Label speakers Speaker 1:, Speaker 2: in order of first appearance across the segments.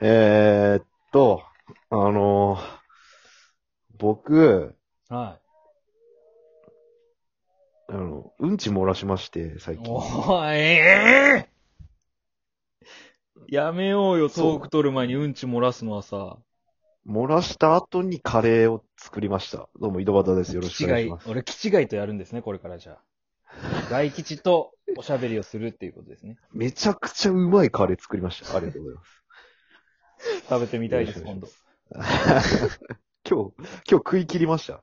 Speaker 1: えーっと、あのー僕、
Speaker 2: は
Speaker 1: あの、うんち漏らしまして、
Speaker 2: い
Speaker 1: 最。近。
Speaker 2: おい、えーやめようよ、トーク取る前にうんち漏らすのはさ。
Speaker 1: 漏らした後にカレーを作りました。どうも、井戸端です。よろしくお願いします。
Speaker 2: 俺、キチガイとやるんですね、これからじゃあ。大吉とおしゃべりをするっていうことですね。
Speaker 1: めちゃくちゃうまいカレー作りました。ありがとうございます。
Speaker 2: 食べてみたいです、
Speaker 1: よろし
Speaker 2: 今
Speaker 1: く
Speaker 2: 度。
Speaker 1: 今日、今日食い切りました。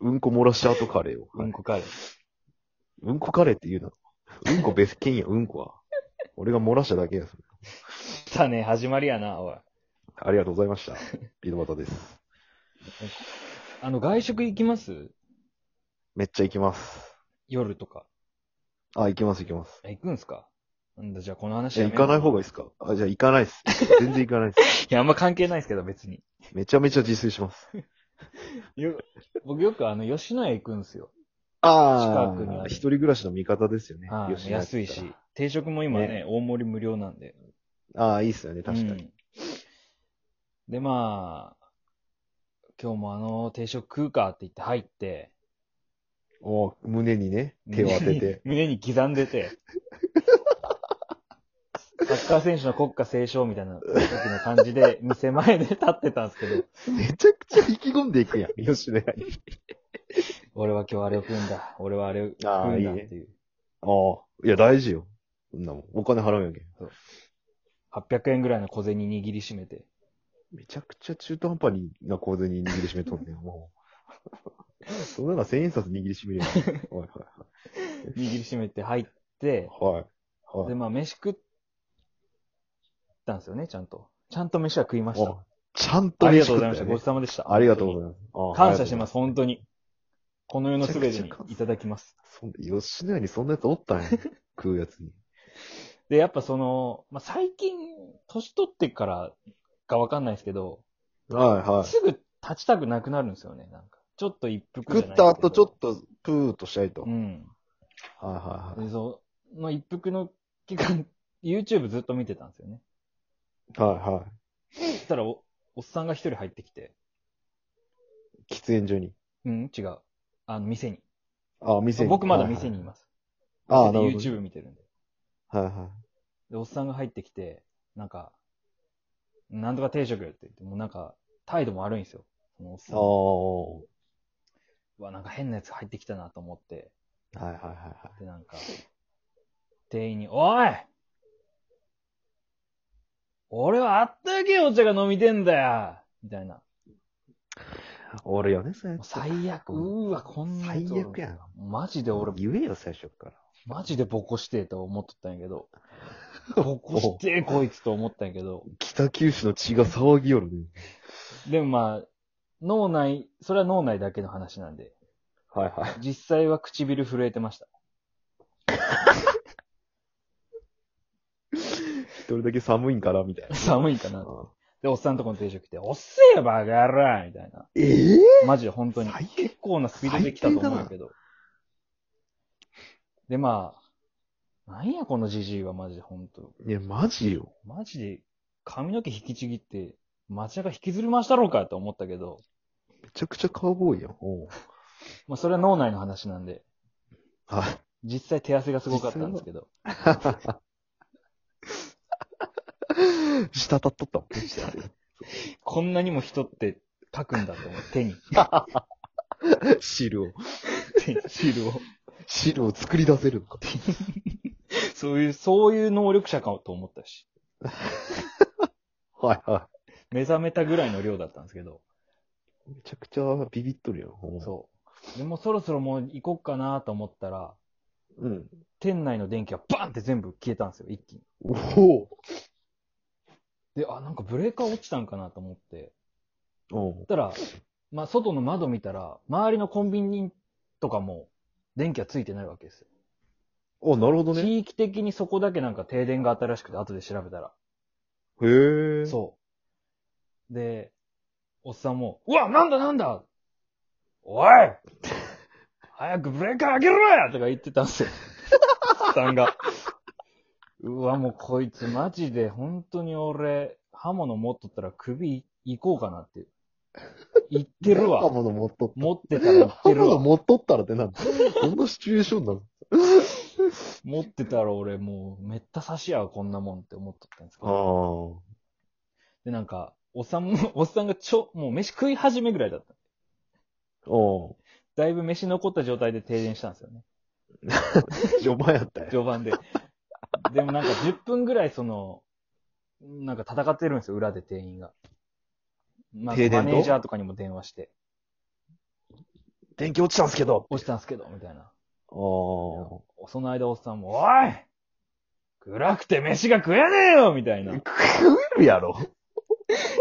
Speaker 1: うんこ漏らした後カレーを。は
Speaker 2: う
Speaker 1: い
Speaker 2: んこカレー。
Speaker 1: うんこカレーって言うな。うんこ別件や、うんこは。俺が漏らしただけや。それ
Speaker 2: 来たね、始まりやな、おい。
Speaker 1: ありがとうございました。井戸端です。
Speaker 2: あの、外食行きます
Speaker 1: めっちゃ行きます。
Speaker 2: 夜とか。
Speaker 1: あ、行きます行きます。
Speaker 2: あ行くんすかなんだ、じゃあこの話
Speaker 1: え、
Speaker 2: やめ
Speaker 1: 行
Speaker 2: よう
Speaker 1: かない方がいいですかあ、じゃあ行かないです。全然行かないです。
Speaker 2: いや、あんま関係ないですけど、別に。
Speaker 1: めちゃめちゃ自炊します。
Speaker 2: よ僕よくあの、吉野家行くんすよ。
Speaker 1: あ
Speaker 2: 近くにあ
Speaker 1: あ、
Speaker 2: る
Speaker 1: 一人暮らしの味方ですよね。
Speaker 2: はい
Speaker 1: 吉野家だった
Speaker 2: 安
Speaker 1: ら
Speaker 2: いし。。定食も今ね、大盛り無料なんで。
Speaker 1: ああ、いいっすよね、確かに。
Speaker 2: うんで、まあ、今日もあの、定食食うかって言って入って、
Speaker 1: お胸にね、手を当てて。
Speaker 2: 胸に刻んでて、サッカー選手の国歌斉唱みたいな時の感じで、店前で立ってたんですけど、
Speaker 1: めちゃくちゃ意気込んでいくやん、吉野家に。
Speaker 2: 俺は今日あれを食うんだ、俺はあれを食
Speaker 1: ああ
Speaker 2: うん
Speaker 1: いい
Speaker 2: だっ
Speaker 1: ね
Speaker 2: ていう。
Speaker 1: ああ、いや、大事よ。そんなもん。お金払うんやけん。
Speaker 2: 800円ぐらいの小銭握りしめて、
Speaker 1: めちゃくちゃ中途半端にな小銭握りしめとんねん、 もう。そんなの千円札握りしめるやん。はい
Speaker 2: 握りしめて入って、
Speaker 1: はい。はい。は
Speaker 2: で、
Speaker 1: い。
Speaker 2: まあ、飯食ったんですよね、ちゃんと。ちゃんと飯は食いまし
Speaker 1: お
Speaker 2: た。
Speaker 1: ちゃんと
Speaker 2: あり
Speaker 1: 飯
Speaker 2: がとう
Speaker 1: 食
Speaker 2: ご
Speaker 1: っ
Speaker 2: ざ
Speaker 1: たよね
Speaker 2: いました。ごち。そうさまでした。
Speaker 1: ありがとうございます。ああ。
Speaker 2: 感謝してますす、本当に。この世のすべてにいただきます。
Speaker 1: そん吉野家にそんなやつお ったんや。食うやつに。
Speaker 2: で、やっぱその、まあ、最近、年取ってからかわかんないですけど、
Speaker 1: はいはい。
Speaker 2: すぐ立ちたくなくなるんですよね、なんか。ちょっと一服
Speaker 1: 食った後ちょ
Speaker 2: と。
Speaker 1: っとプーっとしたいと。
Speaker 2: う
Speaker 1: はい
Speaker 2: ん。
Speaker 1: はいはい。
Speaker 2: で、そう、まあ、一服の期間、YouTube ずっと見てたんですよね。
Speaker 1: はいは
Speaker 2: そしたらお、おっさんが一人入ってきて、
Speaker 1: い。喫煙所に。
Speaker 2: うん、違う。あの、店に。
Speaker 1: ああ、店に。
Speaker 2: 僕まだ店にいます。
Speaker 1: はいはい。ああ、なるほど。
Speaker 2: YouTube 見てるんで。
Speaker 1: はいはい。
Speaker 2: で、おっさんが入ってきて、なんか、なんとか定食って言って、もうなんか、態度も悪いんですよ。そのおっさん。う
Speaker 1: あ
Speaker 2: わ、なんか変なやつ入ってきたなと思って、
Speaker 1: あ。はいはいはいはい。
Speaker 2: で、なんか、店員に、おい俺はあったけえお茶が飲みてんだよみたいな。
Speaker 1: 俺よね、そうや
Speaker 2: もう
Speaker 1: つ。
Speaker 2: 最悪、うわ、こんなやつ
Speaker 1: 最悪やん。
Speaker 2: マジで俺、
Speaker 1: 言えよ、最初から。
Speaker 2: マジでボコしてえと思っとったんや けど、ボコしてえこいつと思ったんやけど、
Speaker 1: 北九州の血が騒ぎよるね。
Speaker 2: でもまあ、脳内、それは脳内だけの話なんで、
Speaker 1: はいはい。
Speaker 2: 実際は唇震えてました。
Speaker 1: 一人だけ寒いんから、み たいな。
Speaker 2: 寒いかな。
Speaker 1: ああ
Speaker 2: で、おっさんとこの定食来て、おっせえよバカ野郎みたいな。
Speaker 1: ええ
Speaker 2: マジで本当に。
Speaker 1: 最
Speaker 2: 結構なスピードで来たと思うんやけど。で、まあ、なんやこのじじいはマジで本当。
Speaker 1: いや、マジよ。
Speaker 2: マジで髪の毛引きちぎって、街中引きずり回したろうかと思ったけど、
Speaker 1: めちゃくちゃカウボーイやん。おう
Speaker 2: まあそれは脳内の話なんで、
Speaker 1: はい。
Speaker 2: 実際手汗がすごかったんですけど。
Speaker 1: 滴っとったもん。
Speaker 2: こんなにも人って書くんだって思う。手に。
Speaker 1: 汁を。
Speaker 2: 手にシールを。
Speaker 1: 汁を作り出せるの か。
Speaker 2: そういう、そういう能力者かと思ったし。
Speaker 1: はいは
Speaker 2: 目覚めたぐらいの量だったんですけど。
Speaker 1: い。めちゃくちゃビビっとるやん。そ
Speaker 2: そう。でもそろそろもう行こっかなと思ったら、
Speaker 1: う。うん。
Speaker 2: 店内の電気がバンって全部消えたんですよ、一気に。
Speaker 1: おお。
Speaker 2: で、あ、なんかブレーカー落ちたんかなと思って。
Speaker 1: お
Speaker 2: そしたら、まあ、外の窓見たら、周りのコンビニとかも、電気はついてないわけですよ。
Speaker 1: おなるほどね。へ
Speaker 2: 地域的にそこだけなんか停電があったらしくて、後で調べたら。
Speaker 1: え。
Speaker 2: そう。で、おっさんも、うわ、なんだなんだおい早くブレーカー開けろやとか言ってたんですよ。おっさんが。うわ、もうこいつマジで本当に俺、刃物持っとったら首いこうかなって。言ってる
Speaker 1: 刃
Speaker 2: わ。
Speaker 1: 物持っとっ
Speaker 2: 持ってたら言って
Speaker 1: 刃
Speaker 2: る
Speaker 1: 物
Speaker 2: わ。
Speaker 1: 持っとったらってなんだ どんなシチュエーションなの
Speaker 2: 持ってたら俺もうめった刺しやわこんなもんって思っとったんですけど。
Speaker 1: あ
Speaker 2: で、なんか、おっさんも、おっさんがちょ、もう飯食い始めぐらいだった。
Speaker 1: あ。お
Speaker 2: だいぶ飯残った状態で停電したんですよね。
Speaker 1: うん。序盤やったよ。
Speaker 2: 序 盤で。でもなんか10分ぐらいその、なんか戦ってるんですよ、裏で店員が。まあ、
Speaker 1: 停電
Speaker 2: マ
Speaker 1: と
Speaker 2: ネージャーとかにも電話して、
Speaker 1: 電気落ちたんすけど。
Speaker 2: 落ちたんすけど、みたいな。
Speaker 1: ああ。
Speaker 2: その間おっさんも、おい暗くて飯が食えねえよみたいな。い
Speaker 1: 食えるやろ。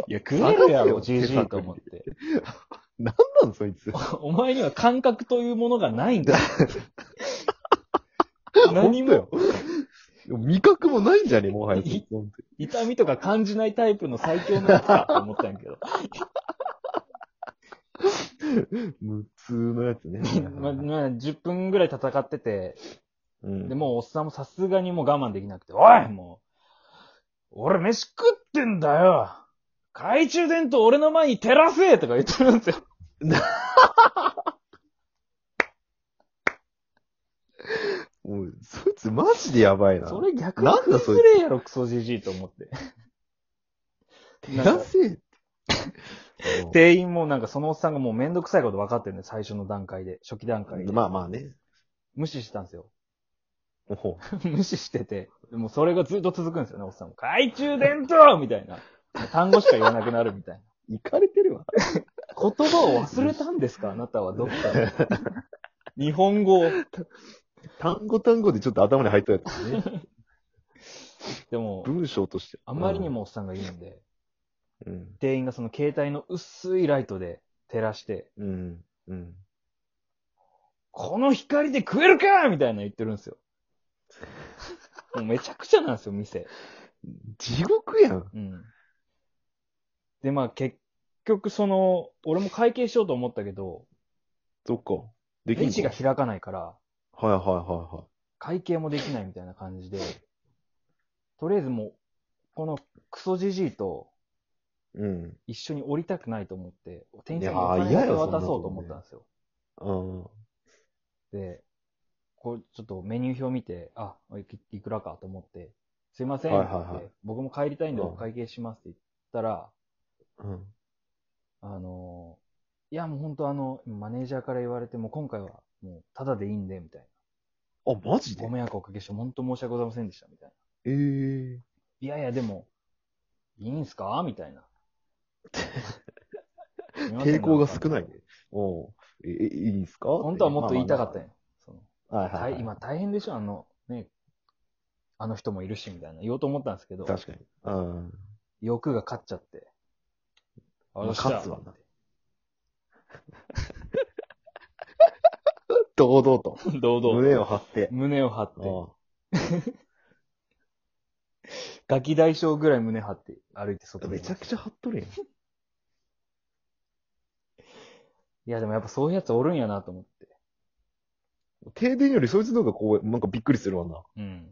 Speaker 2: や、食えるやろ、
Speaker 1: 探せ
Speaker 2: じ
Speaker 1: よ
Speaker 2: じいと思って。
Speaker 1: なんなんそいつ。
Speaker 2: お前には感覚というものがないん だ。何
Speaker 1: 本
Speaker 2: も
Speaker 1: 当よ。味覚もないんじゃねもはや。
Speaker 2: い痛みとか感じないタイプの最強のやつだと思ったんやけど。
Speaker 1: 無痛のやつ ね。
Speaker 2: まあまあ、10分ぐらい戦ってて、
Speaker 1: うん
Speaker 2: で、もうおっさんもさすがにもう我慢できなくて、おいもう俺飯食ってんだよ懐中電灯俺の前に照らせとか言ってるんですよ。
Speaker 1: もうそいつマジでやばいな。
Speaker 2: それ逆に
Speaker 1: なんだ
Speaker 2: 食い
Speaker 1: そいつ
Speaker 2: づれえやろ、クソじじいと思って。
Speaker 1: 手出せって。
Speaker 2: 店員もなんかそのおっさんがもうめんどくさいこと分かってるね、最初の段階で、初期段階で。
Speaker 1: まあまあね。
Speaker 2: 無視してたんですよ。
Speaker 1: おう
Speaker 2: 無視してて、でもそれがずっと続くんですよね、おっさんも。懐中電灯みたいな。単語しか言わなくなるみたいな。
Speaker 1: 行かれてるわ。
Speaker 2: 言葉を忘れたんですかあなたはどっかで。 日本語を。
Speaker 1: 単語単語でちょっと頭に入ったやつね。
Speaker 2: でも、
Speaker 1: 文章として。
Speaker 2: あまりにもおっさんがいるんで、
Speaker 1: うん。
Speaker 2: 店員がその携帯の薄いライトで照らして、
Speaker 1: うん。うん。
Speaker 2: この光で食えるかみたいな言ってるん ですよ。もうめちゃくちゃなんですよ、店。
Speaker 1: 地獄やん。
Speaker 2: うん。で、まあ結局その、俺も会計しようと思ったけど、
Speaker 1: そっか。できん
Speaker 2: レジが
Speaker 1: の
Speaker 2: 開かないから、
Speaker 1: はいはいはいはい。
Speaker 2: 会計もできないみたいな感じで、とりあえずもう、このクソじじいと
Speaker 1: うん。
Speaker 2: 一緒に降りたくないと思って、店員さ
Speaker 1: いや
Speaker 2: んにお
Speaker 1: ー
Speaker 2: 金
Speaker 1: 嫌
Speaker 2: だけ
Speaker 1: よそんな
Speaker 2: 渡
Speaker 1: の
Speaker 2: そうと思ったんですよ。
Speaker 1: うん。
Speaker 2: で、こう、ちょっとメニュー表見て、あ、いくいくらかと思って、すいませんって言って、
Speaker 1: はいはいはい
Speaker 2: 僕も帰りたいんで
Speaker 1: うん
Speaker 2: お会計しますって言ったら、
Speaker 1: うん。
Speaker 2: あのーいやもう本当あの、マネージャーから言われて、もう今回はもうタダでいいんで、みたい
Speaker 1: あ、マジ
Speaker 2: な。
Speaker 1: で
Speaker 2: ご迷惑をおかけして、本当申し訳ございませんでした、みたいな。
Speaker 1: ええー。
Speaker 2: いやいや、でも、いいんすかみた いな。
Speaker 1: 抵抗が少ない
Speaker 2: すませんんか
Speaker 1: おうえ、えいいんすか
Speaker 2: 本当はもっと言いたかったんよ。その
Speaker 1: まあまあまあはいはい、
Speaker 2: 大今大変でしょあの、ね、あの人もいるし、みたいな。言おうと思ったんですけど、
Speaker 1: 確かに。うん。
Speaker 2: 欲が勝っちゃって。
Speaker 1: まあ勝つわな
Speaker 2: って
Speaker 1: 堂々と。
Speaker 2: 堂々。
Speaker 1: 胸を。張って。
Speaker 2: 胸を張って。
Speaker 1: うん
Speaker 2: ガキ大将ぐらい胸張って歩いて外
Speaker 1: めちゃくちゃ
Speaker 2: ゃ。
Speaker 1: 張っとるやん。
Speaker 2: いや、でもやっぱそういうやつおるんやなと思って。
Speaker 1: 停電よりそいつの方がこう、なんかびっくりするわな。
Speaker 2: うん。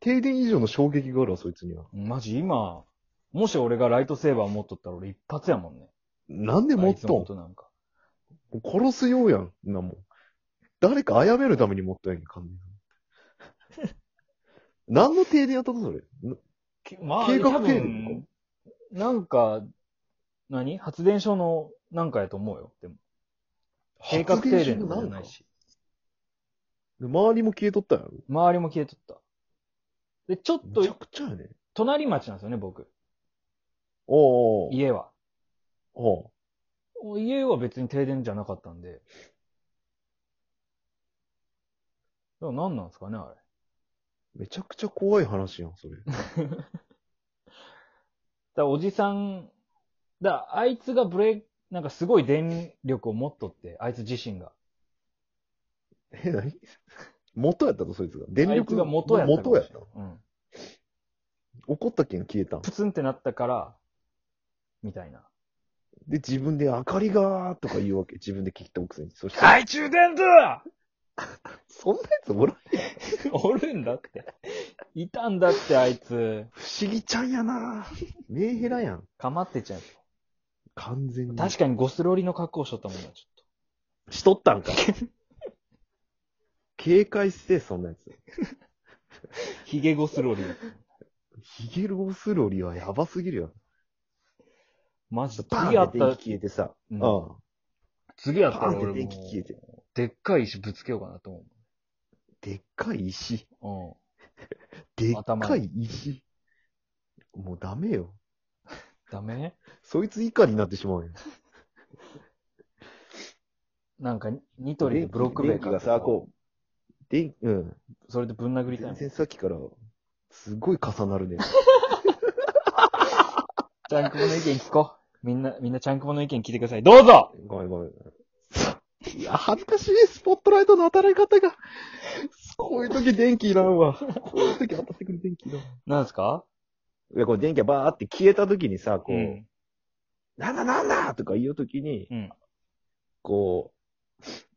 Speaker 1: 停電以上の衝撃があるわ、そいつには。
Speaker 2: マジ今、もし俺がライトセーバー持っとったら俺一発やもんね。
Speaker 1: なんで持っ
Speaker 2: あいつの
Speaker 1: と
Speaker 2: ことなんか。
Speaker 1: んもう殺すようやん、んなもん。誰か殺めるために持ったやんけ、完全に。 何の停電やったのそれ。な
Speaker 2: けまあ、
Speaker 1: 計画
Speaker 2: 多
Speaker 1: 停
Speaker 2: 分
Speaker 1: 電、
Speaker 2: なんか、何発電所のなんかやと思うよ。でも、計画停電とかじゃない。
Speaker 1: 発
Speaker 2: し。
Speaker 1: 電所のなんか周りも消えとったやろ。
Speaker 2: 周りも消えとった。で、ちょっ
Speaker 1: めちゃ
Speaker 2: と、
Speaker 1: くちゃやね。
Speaker 2: 隣町なんですよね、僕。
Speaker 1: おうおう
Speaker 2: 家は。
Speaker 1: おう
Speaker 2: 家は別に停電じゃなかったんで。だから何なんですかね、あれ。
Speaker 1: めちゃくちゃ怖い話やん、それ。
Speaker 2: だからおじさん、だからあいつがブレーなんかすごい電力を持っとって、あいつ自身が。
Speaker 1: え、何元やったと、そいつが。電
Speaker 2: あいつ
Speaker 1: 力
Speaker 2: が元やったかも
Speaker 1: 元
Speaker 2: しれ
Speaker 1: や
Speaker 2: な
Speaker 1: っ
Speaker 2: い
Speaker 1: た。
Speaker 2: うん。
Speaker 1: 怒ったけん消えたん。
Speaker 2: プツンってなったから、みたいな。
Speaker 1: で、自分で明かりがーとか言うわけ。自分で聞いたくせに。そして、
Speaker 2: 懐中電灯
Speaker 1: そんなやつおらん
Speaker 2: おるんだって。いたんだって、あいつ。
Speaker 1: 不思議ちゃんや なメンヘラやん。
Speaker 2: かまってちゃう。
Speaker 1: 完全に。
Speaker 2: 確かにゴスロリの格好をしとったもんな、ちょ
Speaker 1: しとったん か。警戒して、そんなやつ。
Speaker 2: っと。ヒゲゴスロリ。
Speaker 1: ヒゲロスロリはやばすぎるよ。
Speaker 2: マジで。
Speaker 1: バーン
Speaker 2: 次あっ
Speaker 1: って
Speaker 2: たら
Speaker 1: 電気、消えてさ。
Speaker 2: う
Speaker 1: うんん。
Speaker 2: 次あった
Speaker 1: バ
Speaker 2: ら
Speaker 1: ーンって
Speaker 2: 俺
Speaker 1: 電
Speaker 2: も
Speaker 1: 気消えて。
Speaker 2: でっかい石ぶつけようかなと思
Speaker 1: でっかい石。
Speaker 2: う。うん。
Speaker 1: でっ
Speaker 2: 頭
Speaker 1: か
Speaker 2: に
Speaker 1: い石。もうダメよ。
Speaker 2: ダメ
Speaker 1: そいつ以下になってしまうよ。
Speaker 2: なんか、ニトリでブロック塀
Speaker 1: 電気がさ、こう、電、うん。
Speaker 2: う。それでぶん殴りたいも
Speaker 1: 全然
Speaker 2: ん。ジ
Speaker 1: さっきから、すごい重なるね。
Speaker 2: ャンクボの意見聞こう。みんな、みんなチャンクボの意見聞いてください。どうぞ
Speaker 1: ごめんごめん。いや、恥ずかしい、スポットライトの当たり方が。こういう時電気いらんわ。こういう時当たってくる電気いらんわ。
Speaker 2: なんですか
Speaker 1: いや、こう電気がバーって消えた時にさ、こう、
Speaker 2: ん。
Speaker 1: なんだなんだとか言う時に、
Speaker 2: うん。
Speaker 1: こう、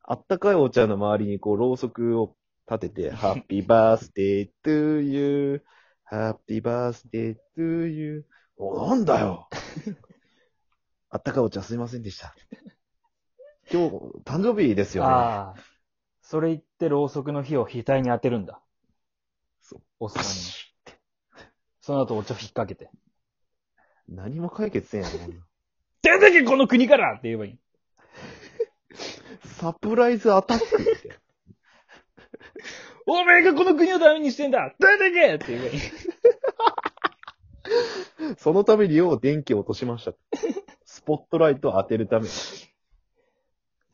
Speaker 1: あったかいお茶の周りにこう、ろうそくを立 てて、ハッピーバースデートゥーユー、ハッピーバースデートゥーユー。お、なんだ よあったかいお茶すいませんでした。今日、誕生日ですよね。
Speaker 2: ああ。それ言ってろうそくの火を額に当てるんだ。
Speaker 1: そう。
Speaker 2: おっさんに。その後お茶を引っ掛けて。
Speaker 1: 何も解決せんやろ。
Speaker 2: 出てけこの国からって言えばいい。
Speaker 1: サプライズアタックって。
Speaker 2: おめえがこの国をダメにしてんだ出てけって言えばいい。
Speaker 1: そのためによう電気を落としました。スポットライトを当てるため。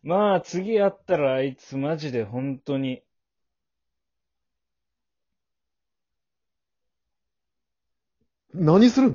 Speaker 2: まあ、次会ったらあいつマジで本当に。
Speaker 1: 何するん